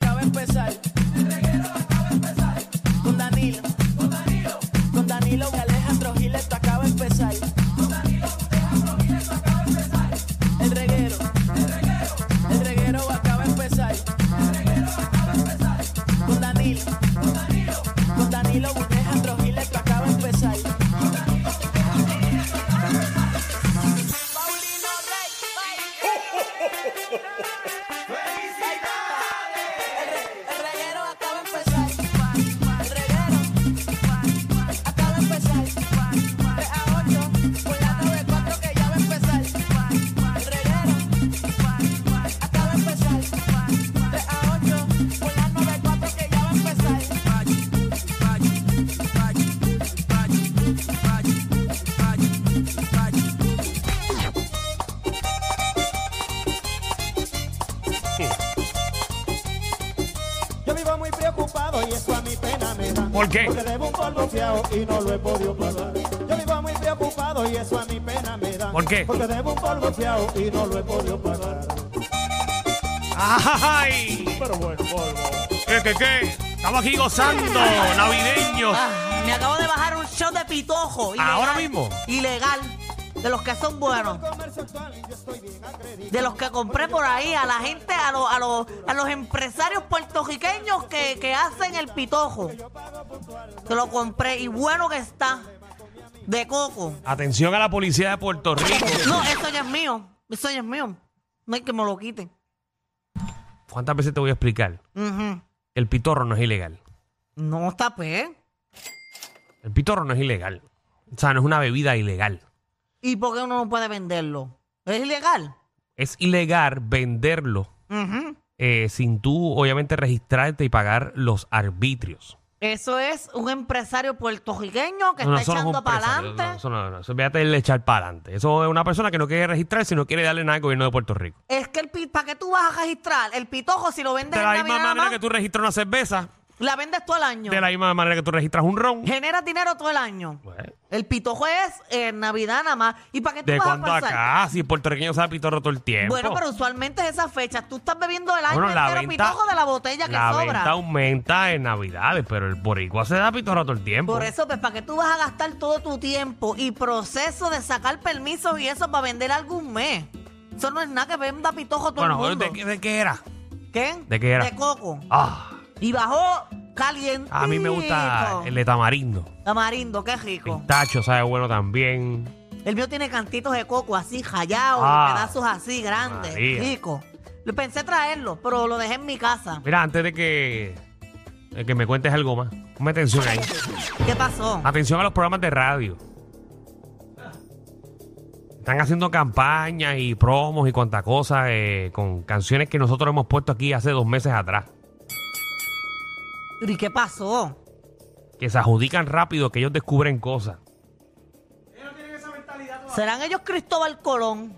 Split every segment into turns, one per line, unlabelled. acaba de empezar. El reguero acaba de empezar. Con Danilo. Con Danilo. Con Danilo y Alejandro Gil esto acaba de empezar. Con Danilo y Alejandro Gil esto acaba de empezar. El reguero. El reguero. El reguero acaba de empezar. El reguero acaba de empezar. Con Danilo. Con Danilo. Con Danilo y Alejandro Gil esto acaba de empezar. Con Danilo y Alejandro Gil esto acaba de empezar. Paulino Rey. El reguero acaba de empezar. El reguero acaba de empezar. 3 a 8, por la 94 que ya va a empezar. El reguero acaba de empezar. 3 a 8, por la 94 que ya va a empezar.
Yo vivo muy preocupado y eso a mi pena me da.
¿Por qué?
Porque debo un polvo fiao y no lo he podido pagar. Yo vivo muy preocupado y eso a mi pena me da.
¿Por qué?
Porque debo un polvo fiao y no lo he podido pagar.
¡Ay!
Pero bueno, polvo.
¿Qué, qué, qué? Estamos aquí gozando, navideños.
Ah, me acabo de bajar un shot de pitojo.
¿Ahora mismo?
Ilegal. De los que son buenos.
Comercio actual y yo estoy bien acreditado.
De los que compré por ahí. A la gente, a, los- a, los, a los empresarios puertorriqueños que, que hacen el pitojo. Te lo compré y bueno que está. De coco.
Atención a la policía de Puerto Rico.
No, eso ya es mío. Eso ya es mío. No hay que me lo quiten.
¿Cuántas veces te voy a explicar?
Ujú.
El pitorro no es ilegal.
No está pues. pe.
El pitorro no es ilegal. O sea, no es una bebida ilegal.
¿Y por qué uno no puede venderlo? ¿Es ilegal?
Es ilegal venderlo
Ujú.
eh, sin tú, obviamente, registrarte y pagar los arbitrios.
Eso es un empresario puertorriqueño que
No,
está
eso no es un
echando para
empresario,
adelante.
no, eso no, no, eso, fíjate el echar para adelante. Eso es una persona que no quiere registrarse y no quiere darle nada al gobierno de Puerto Rico.
Es que el para qué tú vas a registrar el pitojo si lo vendes
De
en
la
Navidad
misma
nada
manera
más,
que tú registras una cerveza,
la vendes todo el año.
de la misma manera que tú registras un ron.
Generas dinero todo el año.
Bueno,
El pitojo es en Navidad nada más. ¿Y para qué tú
¿De
vas a
cuándo
pasar?
acá? Si el puertorriqueño sabe pitorro todo el tiempo.
Bueno, pero usualmente es esa fecha. Tú estás bebiendo el año
Bueno, la
entero
venta-
pitojo de la botella que
la
sobra.
venta aumenta en Navidades, pero el boricua se da pitorro todo el tiempo.
Por eso, pues, ¿para qué tú vas a gastar todo tu tiempo y proceso de sacar permisos y eso para vender algún mes? Eso no es nada que venda pitojo todo
bueno,
el mundo.
¿de, qué- de qué era?
¿Qué?
¿De qué era?
De coco.
Ah,
Y bajó caliente.
a mí me gusta el de tamarindo.
Tamarindo, qué rico.
Pistacho sabe bueno también.
El mío tiene cantitos de coco así, jallados,
Ah,
pedazos así, grandes,
María.
rico. Lo pensé traerlo, pero lo dejé en mi casa.
Mira, antes de que, de que me cuentes algo más, ponme atención ahí.
¿Qué pasó?
Atención a los programas de radio. Están haciendo campañas y promos y cuanta cosa eh, con canciones que nosotros hemos puesto aquí hace dos meses atrás.
¿Y qué pasó?
Que se adjudican rápido, que ellos descubren cosas.
¿Serán ellos Cristóbal Colón?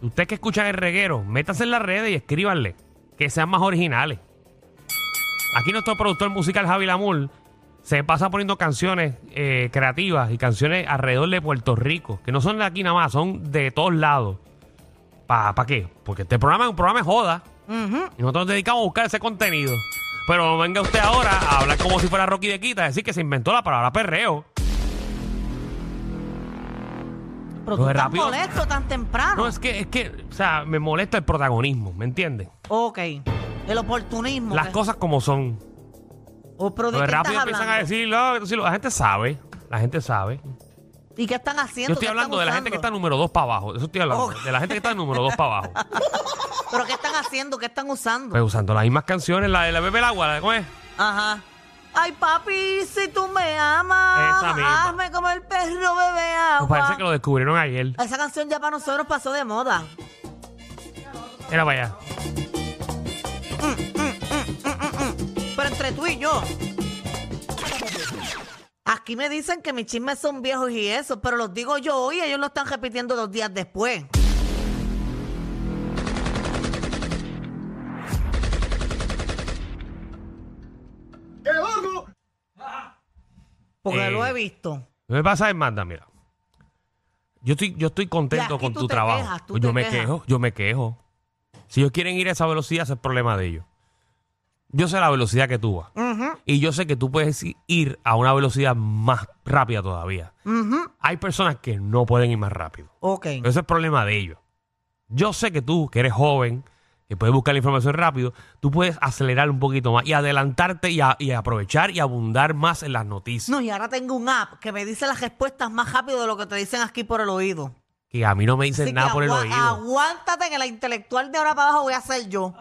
Ustedes que escuchan el reguero, métanse en las redes y escríbanle que sean más originales. Aquí nuestro productor musical Javi Lamul se pasa poniendo canciones eh, creativas y canciones alrededor de Puerto Rico, que no son de aquí nada más, son de todos lados. ¿Para qué? Porque este programa es un programa de joda
Ujú.
y nosotros nos dedicamos a buscar ese contenido. Pero venga usted ahora a hablar como si fuera Rocky de Quita, a decir que se inventó la palabra perreo. Lo
Pero tú
de
tan
Pues rápido.
molesto tan temprano.
No, es que, es que, o sea, me molesta el protagonismo, ¿me entiendes?
Ok. El oportunismo.
Las
que-
cosas como son.
Oh, pero ¿de
Pues
qué
rápido
estás
empiezan a
hablando?
decirlo. entonces la gente sabe. La gente sabe.
¿Y qué están haciendo?
Yo estoy
¿Qué están
hablando de la gente que
usando?
está número 2 para abajo. Eso estoy hablando.
Ok.
De la gente que está número 2 para abajo.
¿Pero qué están haciendo? ¿Qué están usando?
Pues usando las mismas canciones, la de la bebe el agua, la de cómo es.
Ah, Ajá. Ay, papi, si tú me amas,
Esa misma.
hazme como el perro bebe
Pues
agua.
parece que lo descubrieron ayer.
Esa canción ya para nosotros pasó de moda.
Era para allá.
Pero entre tú y yo. Aquí me dicen que mis chismes son viejos y eso, pero los digo yo hoy ellos lo están repitiendo dos días después.
¡Qué loco!
Porque
Eh,
lo he visto.
Lo que pasa es, manda, mira. Yo estoy, yo estoy contento
Y aquí
con
tú
tu
te
trabajo.
quejas, tú
Pues
te
yo me
quejas.
quejo, yo me quejo. Si ellos quieren ir a esa velocidad, ese es el problema de ellos. yo sé la velocidad que tú vas.
Ujú,
Y yo sé que tú puedes i- ir a una velocidad más rápida todavía.
ujú.
Hay personas que no pueden ir más rápido.
Ok.
Ese es el problema de ellos. Yo sé que tú, que eres joven, que puedes buscar la información rápido, tú puedes acelerar un poquito más y adelantarte y, a- y aprovechar y abundar más en las noticias.
No, y ahora tengo un app que me dice las respuestas más rápido de lo que te dicen aquí por el oído.
Que a mí no me dicen
Así
nada
que
por el
agua-
oído.
Aguántate que la intelectual de ahora para abajo voy a ser yo.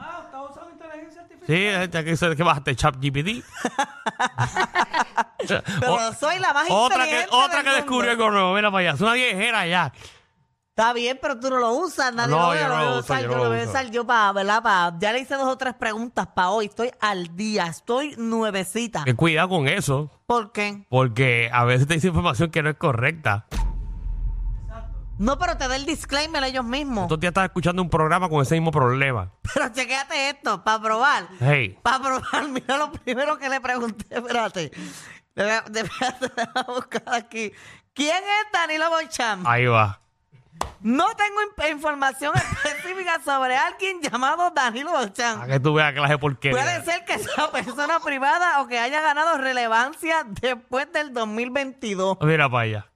Sí, ya que sabes que bajaste ChatGPT.
Pero soy la más
otra que,
inteligente
otra
del
que
mundo.
descubrió el gorro, mira para allá. Es una viejera ya.
Está bien, pero tú no lo usas. Nadie
No,
lo ve,
yo no
voy a
lo uso,
usar,
yo
Yo
no
lo
lo
voy a
uso.
usar yo para, ¿verdad? Pa- ya le hice dos o tres preguntas para hoy. Estoy al día. Estoy nuevecita.
Que cuidado con eso,
¿Por qué?
porque a veces te dice información que no es correcta.
Oh. No, pero te da el disclaimer ellos mismos.
Estos días estás escuchando un programa con ese mismo problema.
Pero chequéate esto, para probar.
Hey,
Para probar, mira lo primero que le pregunté, espérate. Debe- debe- Déjame buscar aquí. ¿Quién es Danilo Bocham?
ahí va.
No tengo in- información específica sobre alguien llamado Danilo
A
Bocham.
que tú veas clase de porquería.
Puede ser que sea persona privada o que haya ganado relevancia después del 2022.
Mira para allá.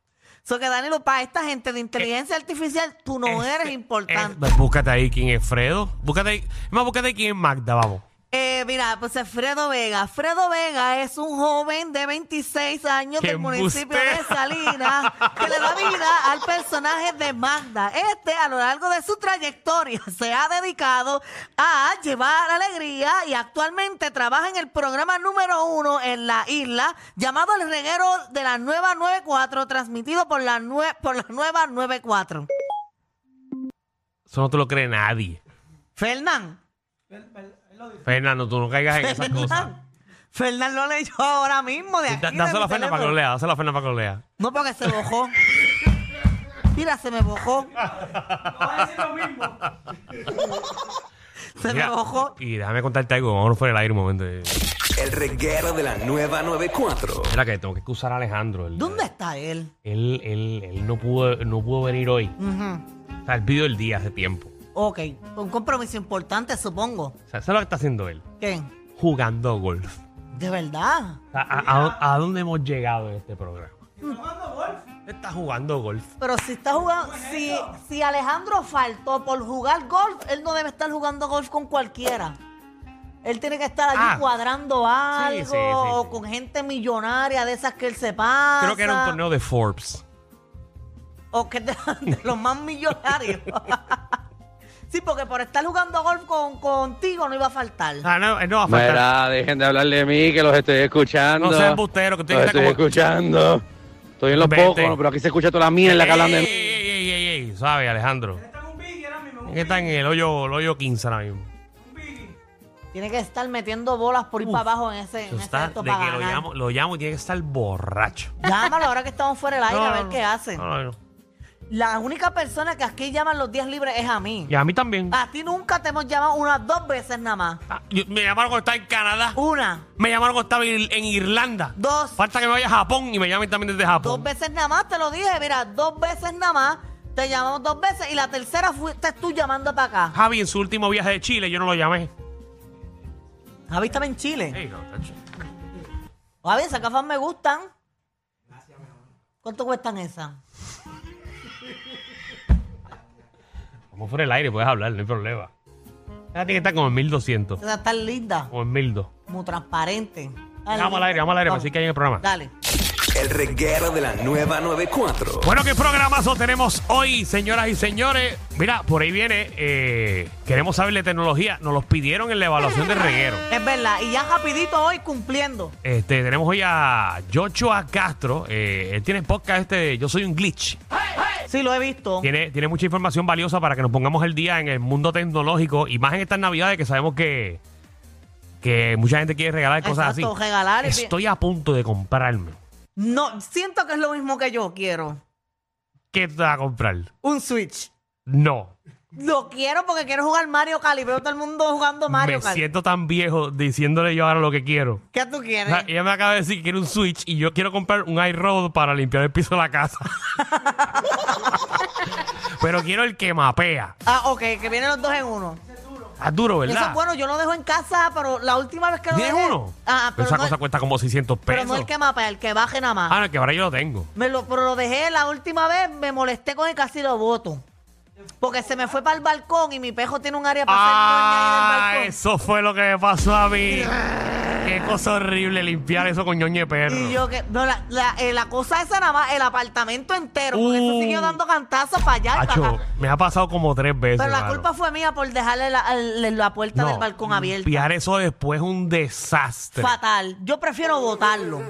So que Danilo, para esta gente de inteligencia artificial, tú no
Este-
eres importante.
Eh, búscate ahí quién es Fredo. Búscate ahí. Es más, búscate ahí quién es Magda, vamos.
Eh, mira, pues es Fredo Vega. Fredo Vega es un joven de 26 años
¡Qué
del municipio de
embustero!
Salinas que le da vida al personaje de Magda. Este, a lo largo de su trayectoria, se ha dedicado a llevar alegría y actualmente trabaja en el programa número uno en la isla llamado El Reguero de la Nueva 94, transmitido por la, nue- por la Nueva 94.
Eso no te lo cree nadie.
Fernán.
Fernando, tú no caigas en esas cosas.
Fernán. Fernán lo leyó ahora mismo de aquí.
Da-
de
Dáselo
mi
a Fernando para que
teléfono.
lo lea. Dáselo a Fernando para que lo lea.
No, porque se mojó. Mira, se me mojó. Se me
Mira,
mojó.
Y déjame contarte algo. Vámonos fuera del aire un momento. Mira
El reguero de la nueva 94.
que tengo que excusar a Alejandro. Él,
¿Dónde está él?
Él, él, él no, pudo, no pudo venir hoy.
Ujú.
O sea, él pidió el día hace tiempo.
Ok, un compromiso importante, supongo.
O sea, eso es lo que está haciendo él.
¿Qué?
Jugando golf.
¿De verdad?
O sea, a, a- a dónde hemos llegado en este programa? Está jugando golf.
Pero si está jugando, si, si Alejandro faltó por jugar golf, él no debe estar jugando golf con cualquiera. Él tiene que estar allí
Ah.
cuadrando algo
sí, sí,
o
sí.
con gente millonaria de esas que él se pasa.
Creo que era un torneo de Forbes.
O que de, de los más millonarios. sí, porque por estar jugando golf con, contigo no iba a faltar.
Ah, no, él no va a faltar.
Mira, dejen de hablar de mí, que los estoy escuchando.
No seas embustero, que tú
Los
estás
estoy
como-
escuchando. Estoy en los
Vete.
pocos, pero aquí se escucha toda la mierda que hablan de
ey,
mí.
ey, ey, ey, ey, ¿Sabe, Alejandro? Es que Está en el hoyo, el hoyo 15 ahora mismo.
Tiene que estar metiendo bolas por ir
Uf,
para abajo en ese,
Eso
en ese
está
esto
de
para
que lo
ganar.
llamo, lo llamo y tiene que estar borracho.
Llámalo ahora que estamos fuera del aire
No,
a ver
no,
qué
no.
hace.
No, no, no.
La única persona que aquí llaman los días libres es a mí.
Y a mí también.
A ti nunca te hemos llamado unas dos veces nada más.
Ah, yo- me llamaron cuando estaba en Canadá.
Una,
Me llamaron cuando estaba en, en Irlanda.
Uh. dos,
Falta que me vaya a Japón y me llamen también desde
dos
Japón.
veces nada más, te lo dije, mira, dos veces nada más, te llamamos dos veces y la tercera fuiste tú llamando para acá.
Javi, en su último viaje de Chile, yo no lo llamé.
Javi estaba en Chile.
Ey, no, tacho.
Ah, bien, esas gafas me gustan. ¿Cuánto cuestan esas?
Como fuera el aire, puedes hablar, no hay problema. Esa tiene que estar como en 1200
Esas están lindas,
o en 1200.
como transparentes. Están
Vamos al
lindas.
aire, vamos al aire, para así que hay en el programa.
Dale.
El reguero de la nueva 94.
Bueno, ¿qué programazo tenemos hoy, señoras y señores? Mira, por ahí viene, eh, queremos saber de tecnología. Nos los pidieron en la evaluación del reguero.
Es verdad, y ya rapidito hoy cumpliendo.
Este, tenemos hoy a Joshua Castro. eh, él tiene el podcast este de Yo Soy un Glitch.
Sí, lo he visto.
Tiene, tiene mucha información valiosa para que nos pongamos el día en el mundo tecnológico y más en estas navidades que sabemos que, que mucha gente quiere regalar cosas
Exacto,
así.
regalar y-
Estoy a punto de comprarme.
No, siento que es lo mismo que yo quiero.
¿Qué te vas a comprar?
Un Switch.
No.
Lo quiero porque quiero jugar Mario Kart y veo todo el mundo jugando Mario
me
Kart.
siento tan viejo diciéndole yo ahora lo que quiero.
¿Qué tú quieres?
O sea, ella me acaba de decir que quiere un Switch y yo quiero comprar un iRoad para limpiar el piso de la casa. Pero quiero el que mapea.
Ah, ok, que vienen los dos en uno.
Ah, duro,
Y
¿verdad?
Eso es bueno, yo lo dejo en casa, pero la última vez que lo
¿Tienes
dejé-
uno?
Ah, pero,
Esa
no,
cosa cuesta como 600 pesos.
pero no el que mapa, el que baje nada más.
Ah, no, que ahora yo lo tengo.
Me lo, pero lo dejé la última vez, me molesté con él, casi lo boto. Porque se me fue para el balcón y mi pejo tiene un área para
Ah,
hacer ñoña ahí en el balcón.
eso fue lo que me pasó a mí. Qué cosa horrible limpiar eso con ñoñe de perro.
Y yo que. No, la, la- eh, la cosa esa nada más, el apartamento entero. Porque eso
Uh.
siguió dando cantazos para allá y para
Acho,
acá.
me ha pasado como tres veces.
Pero la
mano.
culpa fue mía por dejarle la, al- la puerta
No,
del balcón abierta.
Limpiar eso después es un desastre.
Fatal. Yo prefiero botarlo.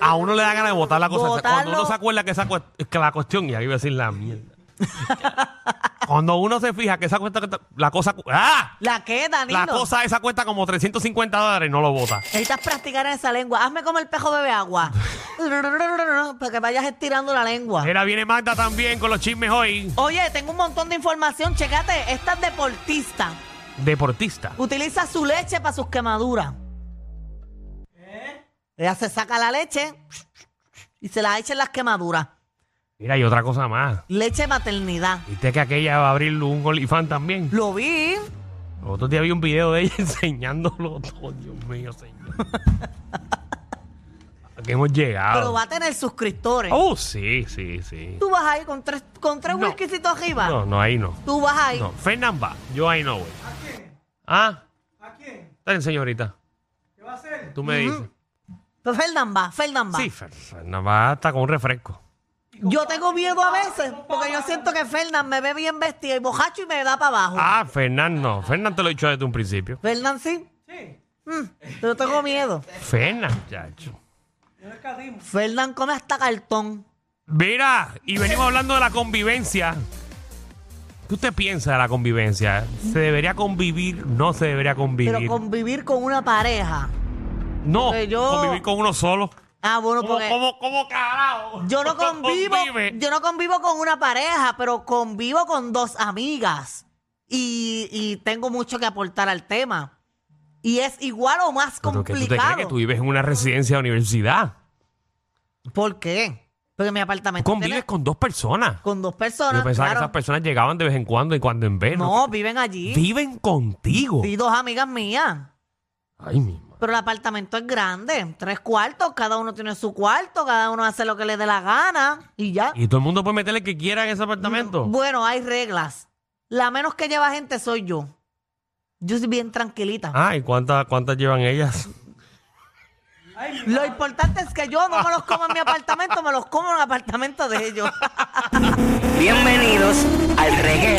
A uno le da ganas de botar la cosa. esa. Cuando
Botarlo.
uno se acuerda que, esa cue- que la cuestión, y ahí iba a decir la mierda. Cuando uno se fija que esa cuesta, la cosa, cu- ¡ah!
¿La qué, Danilo?
La cosa esa cuesta como 350 dólares y no lo bota.
Necesitas practicar en esa lengua. Hazme como el pejo bebe agua. para que vayas estirando la lengua.
Mira, viene Magda también con los chismes hoy.
Oye, tengo un montón de información. Checate, esta es deportista.
Deportista.
Utiliza su leche para sus quemaduras.
¿Eh?
Ella se saca la leche y se la echa en las quemaduras.
Mira, y otra cosa más.
Leche maternidad.
Viste que aquella va a abrir un OnlyFans también.
Lo vi.
Los otros días vi un video de ella enseñándolo todo. Dios mío, señor. ¿A qué hemos
Pero
llegado?
va a tener suscriptores.
Oh, sí, sí, sí.
Tú vas ahí con tres, con tres
No.
whiskiecitos arriba.
No, no, ahí no.
Tú vas ahí.
No, Fernán va. Yo ahí no voy. ¿A quién? ¿Ah?
¿A quién?
Dale, señorita.
¿Qué va a hacer?
Tú me dices.
Pero Fernan va, Fernan va.
Sí, Fer- Fernán va hasta con un refresco.
Yo tengo miedo a veces porque yo siento que Fernan me ve bien vestido y bojacho y me da para abajo.
Ah, Fernán no. Fernán te lo he dicho desde un principio.
Fernan sí.
Sí,
Mm, pero tengo miedo.
Fernán, chacho.
yo no escatismo.
Fernan come hasta cartón.
Mira, y venimos hablando de la convivencia. ¿Qué usted piensa de la convivencia? ¿Se debería convivir? ¿No se debería convivir?
Pero convivir con una pareja.
no,
porque yo-
convivir con uno solo.
Ah, bueno,
¿Cómo,
porque
cómo, cómo carajo?
yo no convivo,
Convive.
yo no convivo con una pareja, pero convivo con dos amigas. Y, y tengo mucho que aportar al tema. Y es igual o más
Pero que tú te crees
complicado.
que tú vives en una residencia de universidad.
¿Por qué? Porque mi apartamento
Tú convives
tiene-
con dos personas.
con dos personas.
Yo pensaba
claro.
que esas personas llegaban de vez en cuando y cuando en vez.
No, viven allí.
Viven contigo.
Y dos amigas mías.
Ay, mi madre.
Pero el apartamento es grande, tres cuartos, cada uno tiene su cuarto, cada uno hace lo que le dé la gana y ya.
¿Y todo el mundo puede meterle que quiera en ese apartamento?
Mm, Bueno, hay reglas. La menos que lleva gente soy yo. Yo soy bien tranquilita.
Ay, ¿cuántas, ¿cuántas llevan ellas?
Lo importante es que yo no me los como en mi apartamento, me los como en el apartamento de ellos.
Bienvenidos al reguero.